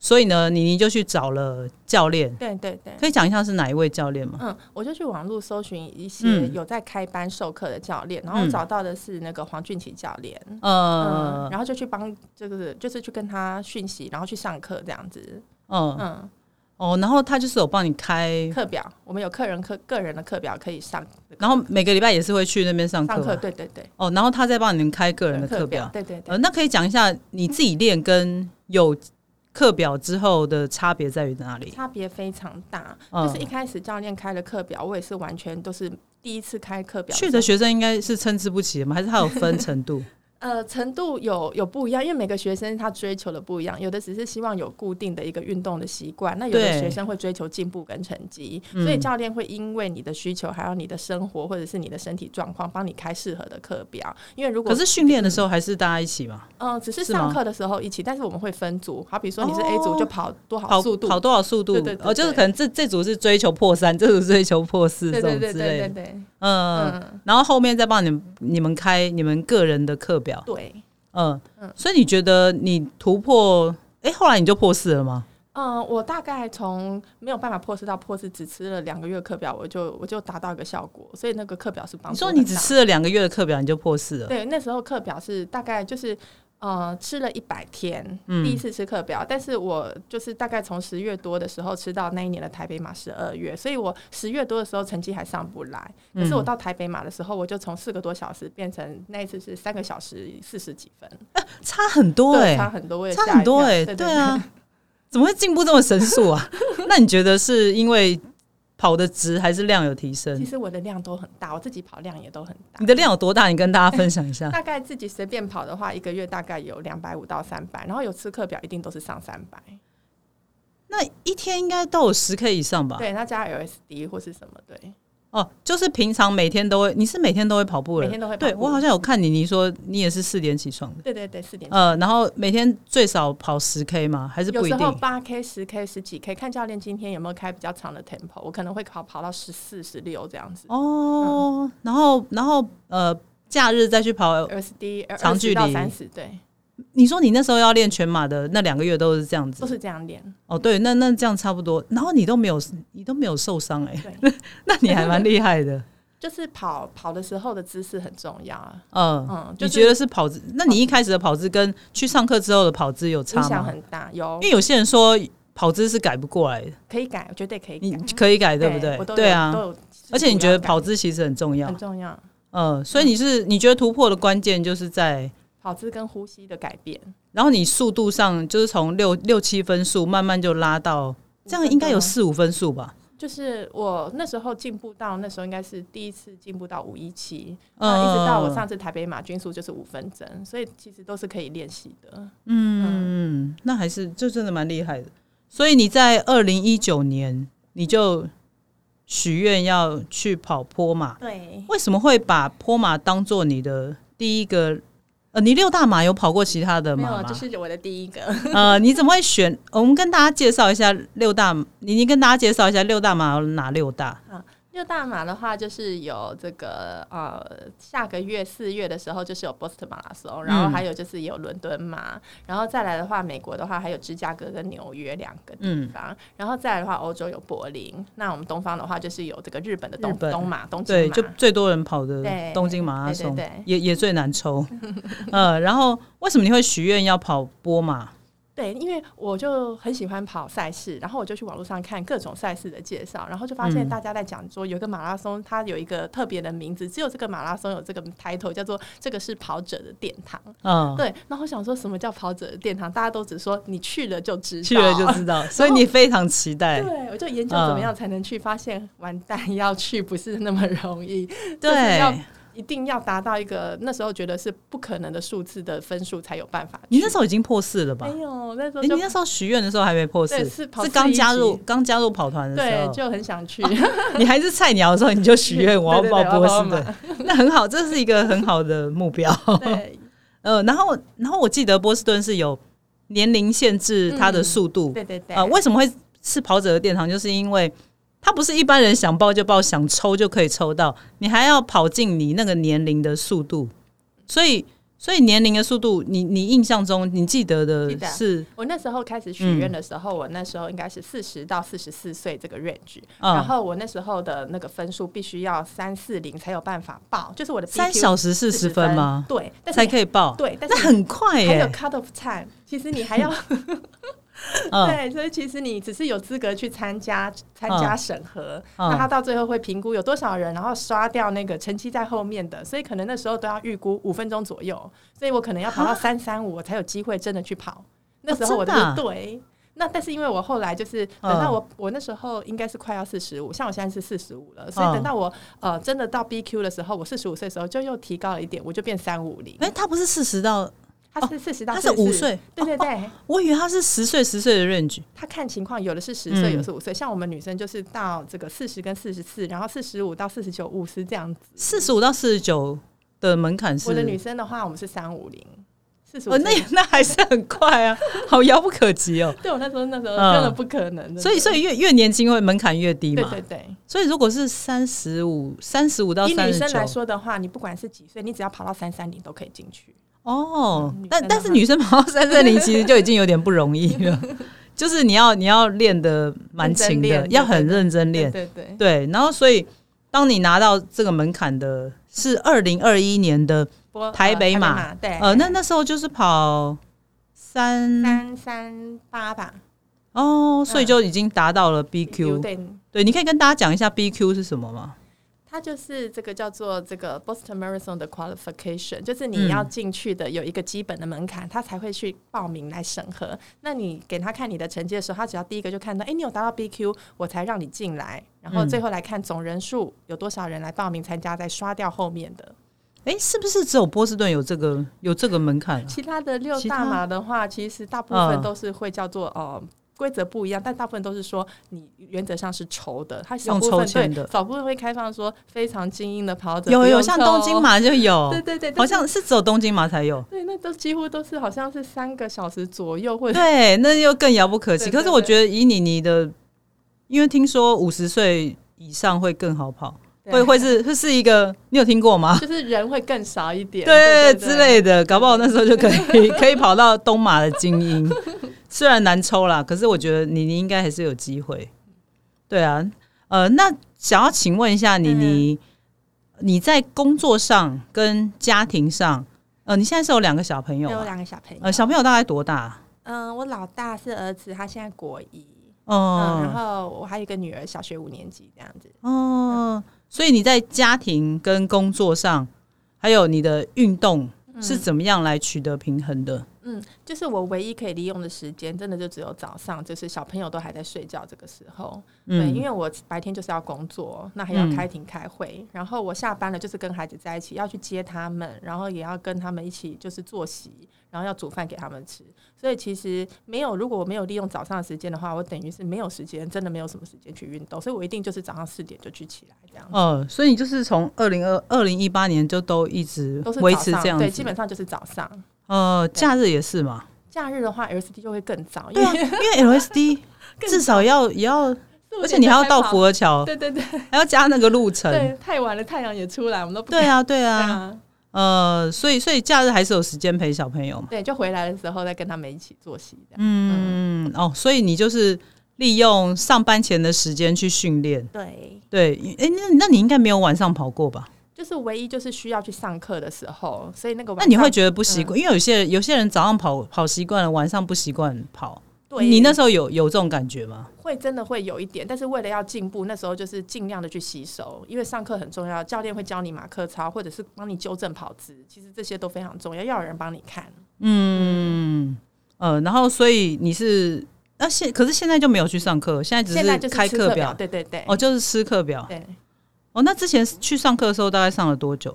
[SPEAKER 1] 所以呢，你你就去找了教练。
[SPEAKER 2] 对对对。
[SPEAKER 1] 可以讲一下是哪一位教练吗？
[SPEAKER 2] 嗯，我就去网络搜寻一些
[SPEAKER 1] 嗯
[SPEAKER 2] 有在开班授课的教练，然后
[SPEAKER 1] 嗯
[SPEAKER 2] 找到的是那个黄俊奇教练，嗯，
[SPEAKER 1] 呃，
[SPEAKER 2] 然后就去帮这个，就是去跟他讯息，然后去上课这样子。
[SPEAKER 1] 嗯，
[SPEAKER 2] 嗯，
[SPEAKER 1] 哦，然后他就是有帮你开，
[SPEAKER 2] 课表我们有客人课个人的课表可以上，
[SPEAKER 1] 然后每个礼拜也是会去那边上课
[SPEAKER 2] 上课
[SPEAKER 1] 嘛。
[SPEAKER 2] 对对对，
[SPEAKER 1] 哦，然后他再帮你们开个人的课表。
[SPEAKER 2] 对对对。
[SPEAKER 1] 呃，那可以讲一下你自己练跟有课表之后的差别在于哪里？
[SPEAKER 2] 差别非常大，
[SPEAKER 1] 嗯
[SPEAKER 2] 就是一开始教练开的课表，我也是完全都是第一次开课表时候。
[SPEAKER 1] 去的学生应该是参差不齐的吗？还是他有分程 度？
[SPEAKER 2] 呃程度有有不一样，因为每个学生他追求的不一样，有的只是希望有固定的一个运动的习惯，那有
[SPEAKER 1] 对嗯
[SPEAKER 2] 的学生会追求进步跟成绩，所以教练会因为你的需求，还有你的生活或者是你的身体状况，帮你开适合的课表。因为如果
[SPEAKER 1] 可是训练的时候还是大家一起嘛，
[SPEAKER 2] 嗯，只是
[SPEAKER 1] 是吗
[SPEAKER 2] 上课的时候一起，但是我们会分组。好比说你是
[SPEAKER 1] 哦
[SPEAKER 2] A 组就跑多少
[SPEAKER 1] 跑
[SPEAKER 2] 速度，
[SPEAKER 1] 跑多少速度？
[SPEAKER 2] 对对对
[SPEAKER 1] 哦，就是
[SPEAKER 2] 对
[SPEAKER 1] 可能这这组是追求破三，这组追求破四这
[SPEAKER 2] 对
[SPEAKER 1] 种
[SPEAKER 2] 对
[SPEAKER 1] 之类
[SPEAKER 2] 对
[SPEAKER 1] 的。
[SPEAKER 2] 对对对，
[SPEAKER 1] 嗯，
[SPEAKER 2] 嗯，
[SPEAKER 1] 然后后面再帮你们你们开你们个人的课表。
[SPEAKER 2] 对，
[SPEAKER 1] 嗯，所以你觉得你突破？哎、后来你就破四了吗？
[SPEAKER 2] 嗯，我大概从没有办法破四到破四，只吃了两个月课表，我就我就达到一个效果，所以那个课表是帮
[SPEAKER 1] 你
[SPEAKER 2] 助
[SPEAKER 1] 说
[SPEAKER 2] 很
[SPEAKER 1] 你只
[SPEAKER 2] 大
[SPEAKER 1] 吃了两个月的课表，你就破四了。
[SPEAKER 2] 对，那时候课表是大概就是。呃，吃了一百天，
[SPEAKER 1] 嗯
[SPEAKER 2] 第一次吃课表，但是我就是大概从十月多的时候吃到那一年的台北马十二月，所以我十月多的时候成绩还上不来，可
[SPEAKER 1] 嗯
[SPEAKER 2] 是我到台北马的时候，我就从四个多小时变成那一次是三个小时四十几分，
[SPEAKER 1] 差很多哎、
[SPEAKER 2] 对，差很多，我也
[SPEAKER 1] 差
[SPEAKER 2] 吓
[SPEAKER 1] 很
[SPEAKER 2] 一
[SPEAKER 1] 多
[SPEAKER 2] 跳
[SPEAKER 1] 哎、
[SPEAKER 2] 对
[SPEAKER 1] 对，啊，怎么会进步这么神速 啊？那你觉得是因为跑的值还是量有提
[SPEAKER 2] 对其
[SPEAKER 1] 升？
[SPEAKER 2] 实我的量都很大，我自己跑量也都很大
[SPEAKER 1] 你，的量有多大？你跟大家分享一 下。
[SPEAKER 2] 大概自己随便跑的话，一个月大概有两百五到三百，然后有吃课表一定都是上三百，
[SPEAKER 1] 那一天应该都有十 K 以上吧？
[SPEAKER 2] 对，那加 LSD 或是什么，对，
[SPEAKER 1] 哦，就是平常每天都会，你是每天都会跑步的
[SPEAKER 2] 每
[SPEAKER 1] 人。
[SPEAKER 2] 天都会跑
[SPEAKER 1] 对我
[SPEAKER 2] 步
[SPEAKER 1] 好像有看你，你说你也是四点起床的，
[SPEAKER 2] 对对对，四点。
[SPEAKER 1] 呃，然后每天最少跑十 K 吗？还是
[SPEAKER 2] 有
[SPEAKER 1] 不一
[SPEAKER 2] 时候
[SPEAKER 1] 定？
[SPEAKER 2] 八 K、十 K、十几 K，看教练今天有没有开比较长的 tempo，我可能会跑跑到十四、十六这样子。
[SPEAKER 1] 哦哦，然后然后呃，假日再去跑
[SPEAKER 2] 二十 D
[SPEAKER 1] 长距离
[SPEAKER 2] 到三十，对，
[SPEAKER 1] 你说你那时候要练全马的那两个月都是这样子
[SPEAKER 2] 都是这样练。
[SPEAKER 1] 哦，对，那那这样差不多。然后你都没有，你都没有受伤哎、
[SPEAKER 2] 对，
[SPEAKER 1] 那你还蛮厉害 的。
[SPEAKER 2] 就是跑跑的时候的姿势很重要啊。
[SPEAKER 1] 嗯，
[SPEAKER 2] 嗯，就
[SPEAKER 1] 你
[SPEAKER 2] 是
[SPEAKER 1] 觉得是跑姿？那你一开始的跑姿跟去上课之后的跑姿有
[SPEAKER 2] 影
[SPEAKER 1] 差
[SPEAKER 2] 响
[SPEAKER 1] 吗？
[SPEAKER 2] 很大，有
[SPEAKER 1] 因为有些人说跑姿是改不过来的，
[SPEAKER 2] 可以改，绝对可以
[SPEAKER 1] 你
[SPEAKER 2] 改。
[SPEAKER 1] 可以改对不
[SPEAKER 2] 我都
[SPEAKER 1] 对？对
[SPEAKER 2] 有
[SPEAKER 1] 啊，，而且你觉得跑
[SPEAKER 2] 姿
[SPEAKER 1] 姿其实很重要
[SPEAKER 2] 很。重要，
[SPEAKER 1] 嗯，所以你是你觉得突破的关键就是在，
[SPEAKER 2] 跑姿跟呼吸的改变，
[SPEAKER 1] 然后你速度上就是从六六七分速慢慢就拉到，这样应该有
[SPEAKER 2] 五分钟
[SPEAKER 1] 四五分速吧？
[SPEAKER 2] 就是我那时候进步到那时候应该是第一次进步到五一七，
[SPEAKER 1] 嗯
[SPEAKER 2] 嗯，一直到我上次台北马均速就是五分针，所以其实都是可以练习的。
[SPEAKER 1] 嗯，那还是就真的蛮厉害的。所以你在二零一九年你就许愿要去跑坡马，
[SPEAKER 2] 对，
[SPEAKER 1] 为什么会把坡马当做你的第一个？呃，你六大马有跑过其他的
[SPEAKER 2] 没
[SPEAKER 1] 马
[SPEAKER 2] 有，啊
[SPEAKER 1] 吗？
[SPEAKER 2] 这是我的第 一个。
[SPEAKER 1] 呃，你怎么会选？我们跟大家介绍一下六大，你你跟大家介绍一下六大马有哪六大？
[SPEAKER 2] 六大马的话，就是有这个呃，下个月四月的时候就是有波士顿马拉松，然
[SPEAKER 1] 嗯
[SPEAKER 2] 后还有就是有伦敦马，然后再来的话，美国的话还有芝加哥跟纽约两个
[SPEAKER 1] 嗯
[SPEAKER 2] 地方，然后再来的话，欧洲有柏林，那我们东方的话就是有这个日本的
[SPEAKER 1] 日
[SPEAKER 2] 东
[SPEAKER 1] 本
[SPEAKER 2] 东马、东京
[SPEAKER 1] 对，
[SPEAKER 2] 马，
[SPEAKER 1] 就最多人跑的
[SPEAKER 2] 对
[SPEAKER 1] 东京马拉松，
[SPEAKER 2] 对对对
[SPEAKER 1] 也也最难抽。 呃，然后为什么你会许愿要跑波马？
[SPEAKER 2] 对，因为我就很喜欢跑赛事，然后我就去网络上看各种赛事的介绍，然后就发
[SPEAKER 1] 嗯
[SPEAKER 2] 现大家在讲说有一个马拉松，它有一个特别的名字，只有这个马拉松有这个 title，叫做这个是跑者的殿堂。
[SPEAKER 1] 嗯、
[SPEAKER 2] 对，然后想说什么叫跑者的殿堂？大家都只说你去了就知道，
[SPEAKER 1] 去了就知 道，所以你非常期待。
[SPEAKER 2] 对，我就研究怎么
[SPEAKER 1] 嗯
[SPEAKER 2] 样才能去，发现完蛋要去不是那么容易，就
[SPEAKER 1] 嗯对
[SPEAKER 2] 是要一定要达到一个那时候觉得是不可能的数字的分数才有办法去。
[SPEAKER 1] 你那时候已经破四了吧？
[SPEAKER 2] 没有哎那时候
[SPEAKER 1] 诶
[SPEAKER 2] 就
[SPEAKER 1] 你那时候许愿的时候还没破四，
[SPEAKER 2] 对是跑
[SPEAKER 1] 刚加入
[SPEAKER 2] 41
[SPEAKER 1] 刚加入跑团的时
[SPEAKER 2] 对
[SPEAKER 1] 候，
[SPEAKER 2] 就很想去，
[SPEAKER 1] 你还是菜鸟的时候你就许愿 我要
[SPEAKER 2] 对对
[SPEAKER 1] 报
[SPEAKER 2] 对我要
[SPEAKER 1] 波
[SPEAKER 2] 报
[SPEAKER 1] 士的， 那很好，这是一个很好的目标。
[SPEAKER 2] 对
[SPEAKER 1] 呃，然后然后我记得波士顿是有年龄限制它
[SPEAKER 2] 嗯
[SPEAKER 1] 的速度，
[SPEAKER 2] 对对对，
[SPEAKER 1] 呃，为什么会是跑者的殿堂？就是因为它不是一般人想报就报，想抽就可以抽到，你还要跑进你那个年龄的速度，所以所以年龄的速度，你你印象中你记得
[SPEAKER 2] 记
[SPEAKER 1] 的
[SPEAKER 2] 得
[SPEAKER 1] 是
[SPEAKER 2] 我那时候开始许愿的时候，我那时候应该是四十到四十四岁这个 range，、然
[SPEAKER 1] 啊，
[SPEAKER 2] 后我那时候的那个分数必须要三四零才有办法报，就是我的
[SPEAKER 1] 三
[SPEAKER 2] PQ
[SPEAKER 1] 小时四十
[SPEAKER 2] 40
[SPEAKER 1] 分吗？
[SPEAKER 2] 对，但是
[SPEAKER 1] 才
[SPEAKER 2] 你
[SPEAKER 1] 可以报，
[SPEAKER 2] 对，但
[SPEAKER 1] 那
[SPEAKER 2] 是
[SPEAKER 1] 很快
[SPEAKER 2] 你还有
[SPEAKER 1] 耶、
[SPEAKER 2] cut off time，其实你还要、
[SPEAKER 1] 嗯，
[SPEAKER 2] 对，所以其实你只是有资格去参加参加审核，
[SPEAKER 1] 嗯
[SPEAKER 2] 那他到最后会评估有多少人，然后刷掉那个成绩在后面的，所以可能那时候都要预估五分钟左右，所以我可能要跑到三三五，我才有机会真的去跑。那时候我
[SPEAKER 1] 哦真的
[SPEAKER 2] 就是、
[SPEAKER 1] 啊
[SPEAKER 2] 对。那但是因为我后来就是
[SPEAKER 1] 嗯
[SPEAKER 2] 等到我、我那时候应该是快要四十五，像我现在是四十五了，所以
[SPEAKER 1] 嗯
[SPEAKER 2] 等到我、呃真的到 BQ 的时候，我四十五岁的时候就又提高了一点，我就变三五零。
[SPEAKER 1] 哎、他不是四十到，
[SPEAKER 2] 他是四十到
[SPEAKER 1] 哦他
[SPEAKER 2] 44，
[SPEAKER 1] 是五岁，
[SPEAKER 2] 对对对，
[SPEAKER 1] 我以为他是十岁十岁的 range，
[SPEAKER 2] 他看情况，有的是十
[SPEAKER 1] 嗯
[SPEAKER 2] 岁，有的是五岁。像我们女生就是到这个四十跟四十四，然后四十五到四十九、五十这样子。
[SPEAKER 1] 四十五到四十九的门槛是
[SPEAKER 2] 我的女生的话，我们是三五零，四十五
[SPEAKER 1] 哦，。那那还是很快啊，好遥不可及哦。
[SPEAKER 2] 对我那时候那时候
[SPEAKER 1] 嗯
[SPEAKER 2] 真的不可能。
[SPEAKER 1] 所以，所
[SPEAKER 2] 以
[SPEAKER 1] 以越越年轻会门槛越低
[SPEAKER 2] 对
[SPEAKER 1] 嘛。
[SPEAKER 2] 对对，
[SPEAKER 1] 所以如果是三十五、三十五到
[SPEAKER 2] 以
[SPEAKER 1] 三
[SPEAKER 2] 女
[SPEAKER 1] 十
[SPEAKER 2] 生来
[SPEAKER 1] 九，
[SPEAKER 2] 说的话，你不管是几岁，你只要跑到三三零都可以进去。
[SPEAKER 1] 哦
[SPEAKER 2] 嗯，女
[SPEAKER 1] 但
[SPEAKER 2] 生的
[SPEAKER 1] 但是
[SPEAKER 2] 话
[SPEAKER 1] 女生跑到三三零其实就已经有点不容易了， 就是你要你要练的蛮勤
[SPEAKER 2] 认真
[SPEAKER 1] 的，
[SPEAKER 2] 练
[SPEAKER 1] 要很认真练。
[SPEAKER 2] 对对对，
[SPEAKER 1] 对，然后所以当你拿到这个门槛的是二零二一年的，
[SPEAKER 2] 不过
[SPEAKER 1] 台北马
[SPEAKER 2] 呃台北
[SPEAKER 1] 呃，
[SPEAKER 2] 马对，
[SPEAKER 1] 那那时候就是跑三
[SPEAKER 2] 三三八吧
[SPEAKER 1] 哦，所以就已经达到了 BQ。
[SPEAKER 2] 对。嗯
[SPEAKER 1] 对，你可以跟大家讲一下 BQ 是什么吗？
[SPEAKER 2] 它就是这个叫做这个 Boston Marathon 的 qualification，就是
[SPEAKER 1] 嗯
[SPEAKER 2] 你要进去的有一个基本的门槛，他才会去报名来审核。那你给他看你的成绩的时候，他只要第一个就看到，哎、你有达到 BQ，我才让你进来。然后
[SPEAKER 1] 嗯
[SPEAKER 2] 最后来看总人数有多少人来报名参加，再刷掉后面的。
[SPEAKER 1] 哎、是不是只有波士顿有这个有这个门槛、啊？
[SPEAKER 2] 其他的六
[SPEAKER 1] 其他
[SPEAKER 2] 大码的话，其实大部
[SPEAKER 1] 嗯
[SPEAKER 2] 分都是会叫做呃。规则不一样，但大部分都是说你原则上是抽的，它少
[SPEAKER 1] 用
[SPEAKER 2] 部
[SPEAKER 1] 抽
[SPEAKER 2] 分
[SPEAKER 1] 签
[SPEAKER 2] 对
[SPEAKER 1] 的
[SPEAKER 2] 少部分会开放说非常精英的跑者
[SPEAKER 1] 有
[SPEAKER 2] 不
[SPEAKER 1] 有，
[SPEAKER 2] 用
[SPEAKER 1] 像
[SPEAKER 2] 抽
[SPEAKER 1] 东京马就有，
[SPEAKER 2] 对对对，
[SPEAKER 1] 哦好
[SPEAKER 2] 但是。
[SPEAKER 1] 像是只有东京马才有
[SPEAKER 2] 对，那都几乎都是好像是三个小时左右， 或者
[SPEAKER 1] 对，那又更遥不可及。
[SPEAKER 2] 对对
[SPEAKER 1] 可是我觉得以你你的，因为听说五十岁以上会更好跑，会会是会是一个，你有听过吗？
[SPEAKER 2] 就是人会更少一点，
[SPEAKER 1] 对
[SPEAKER 2] 对
[SPEAKER 1] 之。类的，搞不好那时候就可以 可以跑到东马的精英，虽然难抽啦，可是我觉得你你应该还是有机会。对啊，呃，那想要请问一下你，
[SPEAKER 2] 嗯
[SPEAKER 1] 你你在工作上跟家庭上，呃，你现在是有两个小朋友
[SPEAKER 2] 对我
[SPEAKER 1] 吗？
[SPEAKER 2] 两个小朋友，
[SPEAKER 1] 呃，小朋友大概多大？
[SPEAKER 2] 嗯，我老大是儿子，他现在国一，嗯，然
[SPEAKER 1] 嗯
[SPEAKER 2] 后我还有一个女儿，小学五年级这样子。嗯
[SPEAKER 1] 哦，所以你在家庭跟工作上，还有你的运动是怎么样来取得平衡的？
[SPEAKER 2] 嗯，就是我唯一可以利用的时间，真的就只有早上，就是小朋友都还在睡觉这个时候。对，因为我白天就是要工作，那还要
[SPEAKER 1] 嗯
[SPEAKER 2] 开庭开会，然后我下班了就是跟孩子在一起，要去接他们，然后也要跟他们一起就是作息，然后要煮饭给他们吃。所以其实没有，如果我没有利用早上的时间的话，我等于是没有时间，真的没有什么时间去运动，所以我一定就是早上四点就去起来这样。
[SPEAKER 1] 哦，所以你就是从二零二二零一八年就都一直
[SPEAKER 2] 都是
[SPEAKER 1] 维
[SPEAKER 2] 早
[SPEAKER 1] 持
[SPEAKER 2] 上
[SPEAKER 1] 这样
[SPEAKER 2] 对，
[SPEAKER 1] 子
[SPEAKER 2] 基本上就是早上。
[SPEAKER 1] 呃，假日也是嘛，
[SPEAKER 2] 假日的话，LCD 就会更早，
[SPEAKER 1] 啊
[SPEAKER 2] 因为
[SPEAKER 1] 因为 LSD 至少要也要，而且你还要到
[SPEAKER 2] 福。
[SPEAKER 1] 福尔桥，
[SPEAKER 2] 对对对
[SPEAKER 1] 还要加那个路程。
[SPEAKER 2] 对，太晚了，太阳也出来，我们都不
[SPEAKER 1] 对啊，对
[SPEAKER 2] 敢
[SPEAKER 1] 啊，
[SPEAKER 2] 啊。
[SPEAKER 1] 呃，所以所以假日还是有时间陪小朋友嘛。
[SPEAKER 2] 对，就回来的时候再跟他们一起作息这样。
[SPEAKER 1] 嗯，哦，所以你就是利用上班前的时间去训练。
[SPEAKER 2] 对，
[SPEAKER 1] 对，诶，那那你应该没有晚上跑过吧？
[SPEAKER 2] 就是唯一就是需要去上课的时候，所以那个晚
[SPEAKER 1] 那
[SPEAKER 2] 上嗯
[SPEAKER 1] 你会觉得不习惯，因为有些人有些人早上跑跑习惯了，晚上不习惯跑。
[SPEAKER 2] 对
[SPEAKER 1] 你那时候有有这种感觉吗？
[SPEAKER 2] 会真的会有一点，但是为了要进步，那时候就是尽量的去吸收，因为上课很重要，教练会教你马克操，或者是帮你纠正跑姿，其实这些都非常重要，要有人帮你看。
[SPEAKER 1] 嗯，呃，然后所以你是那现、可是现在就没有去上课，现在只
[SPEAKER 2] 现在就是
[SPEAKER 1] 开
[SPEAKER 2] 吃
[SPEAKER 1] 课
[SPEAKER 2] 表，对对对，
[SPEAKER 1] 哦，就是吃课表
[SPEAKER 2] 对。
[SPEAKER 1] 哦。那之前去上课的时候大概上了多久？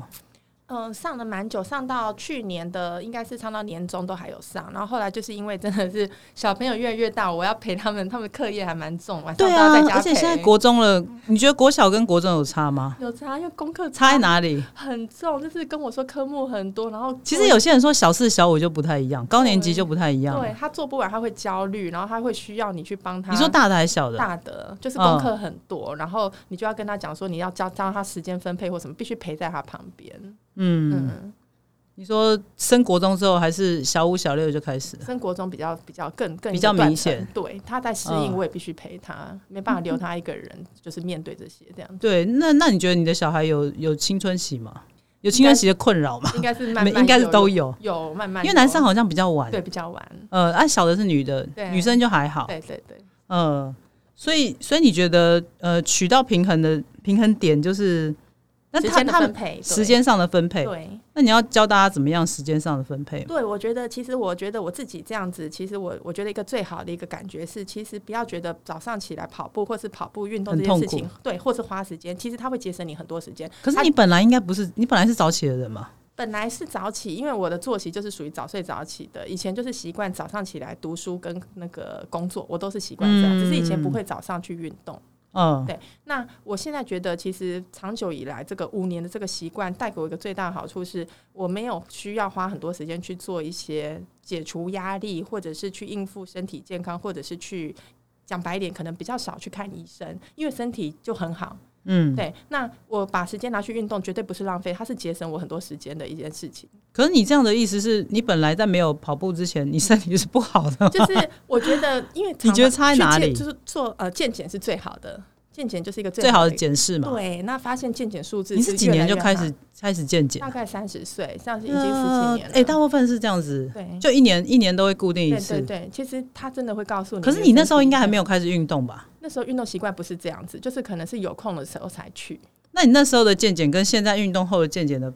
[SPEAKER 2] 嗯，上了蛮久，上到去年的应该是上到年终都还有上，然后后来就是因为真的是小朋友越来越大，我要陪他们，他们课业还蛮重，晚上都要在家陪。
[SPEAKER 1] 啊而且现在国中了，你觉得国小跟国中有差吗？
[SPEAKER 2] 有差，因为功课
[SPEAKER 1] 差在哪里？
[SPEAKER 2] 很重，就是跟我说科目很多，然后
[SPEAKER 1] 其实有些人说小四、小五就不太一样，高年级就不太一样。
[SPEAKER 2] 对他做不完，他会焦虑，然后他会需要你去帮他。
[SPEAKER 1] 你说大的还是小的？
[SPEAKER 2] 大的就是功课很多，然后你就要跟他讲说，你要教教他时间分配或什么，必须陪在他旁边。
[SPEAKER 1] 嗯，
[SPEAKER 2] 嗯，
[SPEAKER 1] 你说升国中之后还是小五、小六就开始了？
[SPEAKER 2] 升国中比较比较更更
[SPEAKER 1] 比较
[SPEAKER 2] 一个断
[SPEAKER 1] 明显
[SPEAKER 2] 层，对他在适
[SPEAKER 1] 嗯
[SPEAKER 2] 应，我也必须陪他，没办法留他一个人，就是面对这些 这样，
[SPEAKER 1] 对，那那你觉得你的小孩有有青春期吗？有青春期的困扰吗？
[SPEAKER 2] 应该是慢
[SPEAKER 1] 没
[SPEAKER 2] 慢
[SPEAKER 1] 应该是都
[SPEAKER 2] 有
[SPEAKER 1] 有，
[SPEAKER 2] 有慢慢
[SPEAKER 1] 因
[SPEAKER 2] 有，
[SPEAKER 1] 为男生好像比较晚。
[SPEAKER 2] 对比较晚，
[SPEAKER 1] 呃，按、小的是女的，
[SPEAKER 2] 对
[SPEAKER 1] 女生就还好。
[SPEAKER 2] 对对对，
[SPEAKER 1] 呃，所以所以你觉得呃，取到平衡的平衡点就是，那
[SPEAKER 2] 时
[SPEAKER 1] 他
[SPEAKER 2] 间的
[SPEAKER 1] 他
[SPEAKER 2] 分配，对
[SPEAKER 1] 时间上的分配，
[SPEAKER 2] 对
[SPEAKER 1] 那你要教大家怎么样时间上的分配吗。
[SPEAKER 2] 对，我觉得其实我觉得我自己这样子，其实我我觉得一个最好的一个感觉是，其实不要觉得早上起来跑步或是跑步运动
[SPEAKER 1] 很
[SPEAKER 2] 这件
[SPEAKER 1] 痛
[SPEAKER 2] 事
[SPEAKER 1] 苦
[SPEAKER 2] 情，对，或是花时间，其实它会节省你很多时间。
[SPEAKER 1] 可是你本来应该不是，你本来是早起的人嘛。
[SPEAKER 2] 本来是早起，因为我的作息就是属于早睡早起的。以前就是习惯早上起来读书跟那个工作，我都是习惯这样，
[SPEAKER 1] 嗯
[SPEAKER 2] 只是以前不会早上去运动。
[SPEAKER 1] 嗯、
[SPEAKER 2] 那我现在觉得，其实长久以来这个五年的这个习惯带给我一个最大的好处是，我没有需要花很多时间去做一些解除压力，或者是去应付身体健康，或者是去讲白一点，可能比较少去看医生，因为身体就很好。
[SPEAKER 1] 嗯。
[SPEAKER 2] 对，那我把时间拿去运动，绝对不是浪费，它是节省我很多时间的一件事情。
[SPEAKER 1] 可是你这样的意思是你本来在没有跑步之前，你身体是不好的吗。
[SPEAKER 2] 就是我觉得，因为
[SPEAKER 1] 你觉得差在哪里
[SPEAKER 2] 去健就是做呃健检是最好的，健检就是一 个
[SPEAKER 1] 最好的
[SPEAKER 2] 一个
[SPEAKER 1] 检视嘛。
[SPEAKER 2] 对，那发现健检数字
[SPEAKER 1] 你是几年就
[SPEAKER 2] 越来
[SPEAKER 1] 开
[SPEAKER 2] 越好？
[SPEAKER 1] 始开始健检？
[SPEAKER 2] 大概三十岁，这样是已经十
[SPEAKER 1] 呃
[SPEAKER 2] 几
[SPEAKER 1] 哎、
[SPEAKER 2] 年了。
[SPEAKER 1] 大部分是这样子，
[SPEAKER 2] 对
[SPEAKER 1] 就一年一年都会固定一
[SPEAKER 2] 对
[SPEAKER 1] 次。
[SPEAKER 2] 对对，其实他真的会告诉你。
[SPEAKER 1] 可是你那时候应该还没
[SPEAKER 2] 有，
[SPEAKER 1] 有开始运动吧？
[SPEAKER 2] 那时候运动习惯不是这样子，就是可能是有空的时候才去。
[SPEAKER 1] 那你那时候的健检跟现在运动后的健检的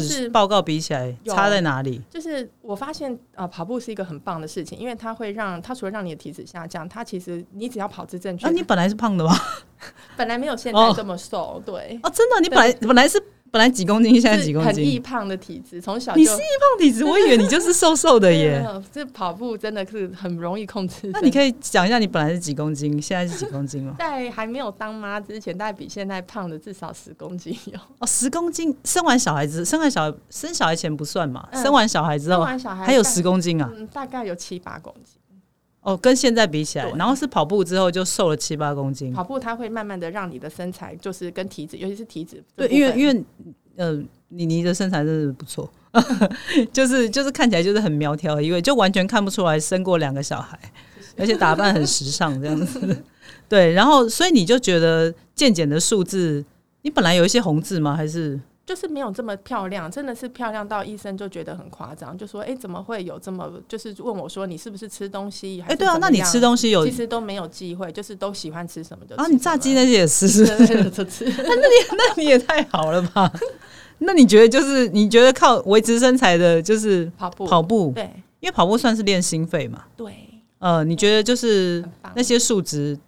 [SPEAKER 1] 指
[SPEAKER 2] 是
[SPEAKER 1] 示报告比起来，
[SPEAKER 2] 有
[SPEAKER 1] 差在哪里？
[SPEAKER 2] 就是我发现，呃，跑步是一个很棒的事情，因为它会让它除了让你的体脂下降，它其实你只要跑姿正确，
[SPEAKER 1] 啊，你本来是胖的 吗？
[SPEAKER 2] 本来没有现
[SPEAKER 1] 哦
[SPEAKER 2] 在这么瘦，对，
[SPEAKER 1] 哦，真的，你本来本来是本来几公斤， 现在几公
[SPEAKER 2] 是很易
[SPEAKER 1] 斤？
[SPEAKER 2] 胖的体质，从小
[SPEAKER 1] 你
[SPEAKER 2] 就是
[SPEAKER 1] 易胖体质，我以为你就是瘦瘦的 耶。
[SPEAKER 2] 嗯这跑步真的是很容易控制。？
[SPEAKER 1] 那你可以讲一下你本来是几公斤，现在是几公斤吗
[SPEAKER 2] 在还没有当妈之前，大概比现在胖了至少十公斤有。
[SPEAKER 1] 哦，十公斤，生完小孩子，生完小孩生小孩前不算嘛，
[SPEAKER 2] 嗯
[SPEAKER 1] 生完小孩之
[SPEAKER 2] 生
[SPEAKER 1] 后
[SPEAKER 2] 完小孩
[SPEAKER 1] 还有
[SPEAKER 2] 嗯大
[SPEAKER 1] 十公斤啊。
[SPEAKER 2] 嗯，大概有七八公斤。
[SPEAKER 1] 哦，跟现在比起来，
[SPEAKER 2] 对
[SPEAKER 1] 然后是跑步之后就瘦了七八公斤。
[SPEAKER 2] 跑步它会慢慢的让你的身材就是跟体脂，尤其是体脂这
[SPEAKER 1] 对，因为
[SPEAKER 2] 部分
[SPEAKER 1] 因为呃，妮妮的身材真的不错， 就是就是看起来就是很苗条的一位，就完全看不出来生过两个小孩，而且打扮很时尚这样子。 对，然后所以你就觉得健检的数字，你本来有一些红字吗？还是
[SPEAKER 2] 就是没有这么漂亮，真的是漂亮到医生就觉得很夸张，就说哎、诶怎么会有这么？就是问我说你是不是吃东西？
[SPEAKER 1] 哎、
[SPEAKER 2] 还是
[SPEAKER 1] 对啊，
[SPEAKER 2] 怎么
[SPEAKER 1] 那你
[SPEAKER 2] 样
[SPEAKER 1] 吃东西有
[SPEAKER 2] 其实都没有忌讳，就是都喜欢吃什么就
[SPEAKER 1] 啊？
[SPEAKER 2] 吃
[SPEAKER 1] 你
[SPEAKER 2] 什
[SPEAKER 1] 炸
[SPEAKER 2] 么
[SPEAKER 1] 鸡那些也是，是
[SPEAKER 2] 对
[SPEAKER 1] 不是
[SPEAKER 2] 对对就吃。
[SPEAKER 1] 那 你也太好了吧？那你觉得就是你觉得靠维持身材的，就是
[SPEAKER 2] 跑步，
[SPEAKER 1] 跑步，
[SPEAKER 2] 对
[SPEAKER 1] 因为跑步算是练心肺嘛。
[SPEAKER 2] 对，
[SPEAKER 1] 呃，你觉得就是
[SPEAKER 2] 很棒
[SPEAKER 1] 那，些数值、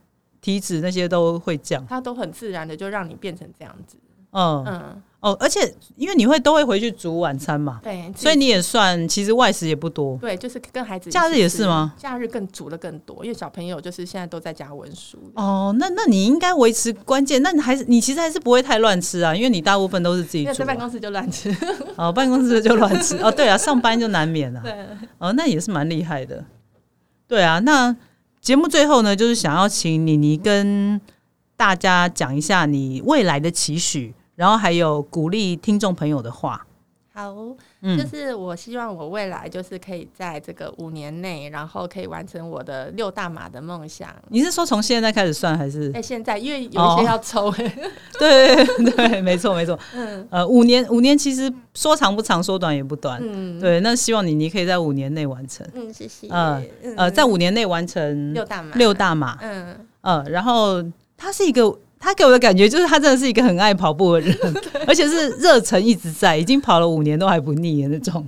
[SPEAKER 1] 体脂那些都会降。
[SPEAKER 2] 它都很自然的就让你变成这样子。
[SPEAKER 1] 嗯，
[SPEAKER 2] 嗯，
[SPEAKER 1] 哦，而且因为你会都会回去煮晚餐嘛，
[SPEAKER 2] 对，
[SPEAKER 1] 所以
[SPEAKER 2] 自己
[SPEAKER 1] 你也算其实外食也不多。
[SPEAKER 2] 对，就是跟孩子一
[SPEAKER 1] 假日
[SPEAKER 2] 起
[SPEAKER 1] 也
[SPEAKER 2] 吃
[SPEAKER 1] 是吗？
[SPEAKER 2] 假日更煮的更多，因为小朋友就是现在都在家文书。
[SPEAKER 1] 哦，那那你应该维持关键，那你还是你其实还是不会太乱吃啊，因为你大部分都是自己
[SPEAKER 2] 因为
[SPEAKER 1] 煮
[SPEAKER 2] 在办
[SPEAKER 1] 啊、
[SPEAKER 2] 公室就乱吃，
[SPEAKER 1] 哦，办公室就乱吃。哦，对啊，上班就难免了、
[SPEAKER 2] 对，
[SPEAKER 1] 哦，那也是蛮厉害的。对啊，那节目最后呢，就是想要请妮妮跟大家讲一下你未来的期许，然后还有鼓励听众朋友的话。
[SPEAKER 2] 好，
[SPEAKER 1] 嗯
[SPEAKER 2] 就是我希望我未来就是可以在这个五年内，然后可以完成我的六大马的梦想。
[SPEAKER 1] 你是说从现在开始算，还是
[SPEAKER 2] 哎、现在因为有一
[SPEAKER 1] 哦
[SPEAKER 2] 些要抽、
[SPEAKER 1] 对对对，没错没错。
[SPEAKER 2] 嗯
[SPEAKER 1] 呃，五年五年其实说长不长，说短也不短。
[SPEAKER 2] 嗯，
[SPEAKER 1] 对，那希望你你可以在五年内完成，
[SPEAKER 2] 嗯，谢谢。
[SPEAKER 1] 呃
[SPEAKER 2] 嗯
[SPEAKER 1] 呃，在五年内完成
[SPEAKER 2] 六大马，
[SPEAKER 1] 六，大马。
[SPEAKER 2] 嗯，
[SPEAKER 1] 呃，然后他是一个，他给我的感觉就是他真的是一个很爱跑步的人， 而且是热忱一直在，已经跑了五年都还不腻的那种。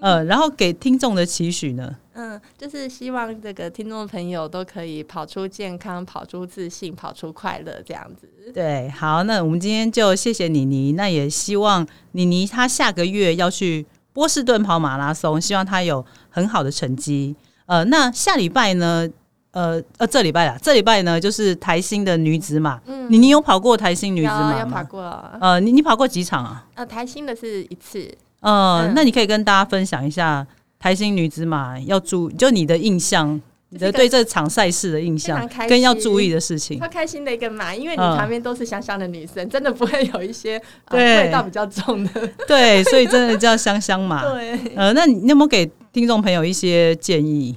[SPEAKER 1] 呃，然后给听众的期许呢？
[SPEAKER 2] 嗯，就是希望这个听众朋友都可以跑出健康，跑出自信，跑出快乐这样子。
[SPEAKER 1] 对，好，那我们今天就谢谢妮妮，那也希望妮妮她下个月要去波士顿跑马拉松，希望她有很好的成绩。呃，那下礼拜呢？呃呃，这礼拜啦，这礼拜呢就是台新的女子马。
[SPEAKER 2] 嗯
[SPEAKER 1] 妮妮有跑过台新女子
[SPEAKER 2] 要
[SPEAKER 1] 马
[SPEAKER 2] 要跑
[SPEAKER 1] 吗？
[SPEAKER 2] 过，
[SPEAKER 1] 呃，你你跑过几场啊？
[SPEAKER 2] 呃，台新的是一次，
[SPEAKER 1] 呃，
[SPEAKER 2] 嗯
[SPEAKER 1] 那你可以跟大家分享一下台新女子马要注，就你的印象，你的
[SPEAKER 2] 这个
[SPEAKER 1] 对这场赛事的印
[SPEAKER 2] 非
[SPEAKER 1] 象
[SPEAKER 2] 常开，心
[SPEAKER 1] 跟要注意的事情
[SPEAKER 2] 超。开心的一个马，因为你
[SPEAKER 1] 嗯
[SPEAKER 2] 旁边都是香香的女生，真的不会有一些呃
[SPEAKER 1] 对
[SPEAKER 2] 味道比较重的。
[SPEAKER 1] 对，所以真的叫香香马。
[SPEAKER 2] 对，
[SPEAKER 1] 呃，那你你有没有给听众朋友一些建议，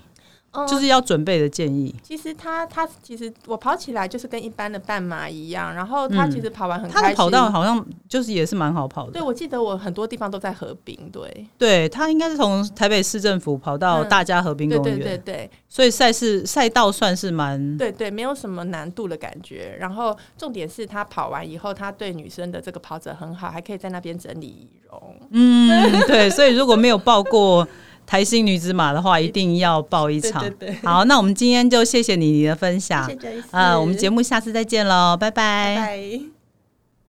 [SPEAKER 1] 就
[SPEAKER 2] 嗯，
[SPEAKER 1] 是要准备的建议？
[SPEAKER 2] 其实它它其实我跑起来就是跟一般的半马一样，然后它
[SPEAKER 1] 嗯
[SPEAKER 2] 其实跑完很
[SPEAKER 1] 它
[SPEAKER 2] 开
[SPEAKER 1] 的
[SPEAKER 2] 心。
[SPEAKER 1] 跑道好像就是也是蛮好跑
[SPEAKER 2] 对，
[SPEAKER 1] 的，
[SPEAKER 2] 我记得我很多地方都在合并，对，
[SPEAKER 1] 对，它应该是从台北市政府跑到
[SPEAKER 2] 嗯
[SPEAKER 1] 大家河滨
[SPEAKER 2] 对
[SPEAKER 1] 公
[SPEAKER 2] 对
[SPEAKER 1] 园，
[SPEAKER 2] 对对
[SPEAKER 1] 所以赛事赛道算是蛮
[SPEAKER 2] 对对，没有什么难度的感觉。然后重点是他跑完以后，他对女生的这个跑者很好，还可以在那边整理仪容。
[SPEAKER 1] 嗯，对，所以如果没有报过台新女子马的话，一定要报一场。
[SPEAKER 2] 对对对，
[SPEAKER 1] 好，那我们今天就谢谢你你的分享，
[SPEAKER 2] 谢谢，
[SPEAKER 1] 呃，我们节
[SPEAKER 2] 目，
[SPEAKER 1] 目下次再见喽，拜
[SPEAKER 2] 拜拜。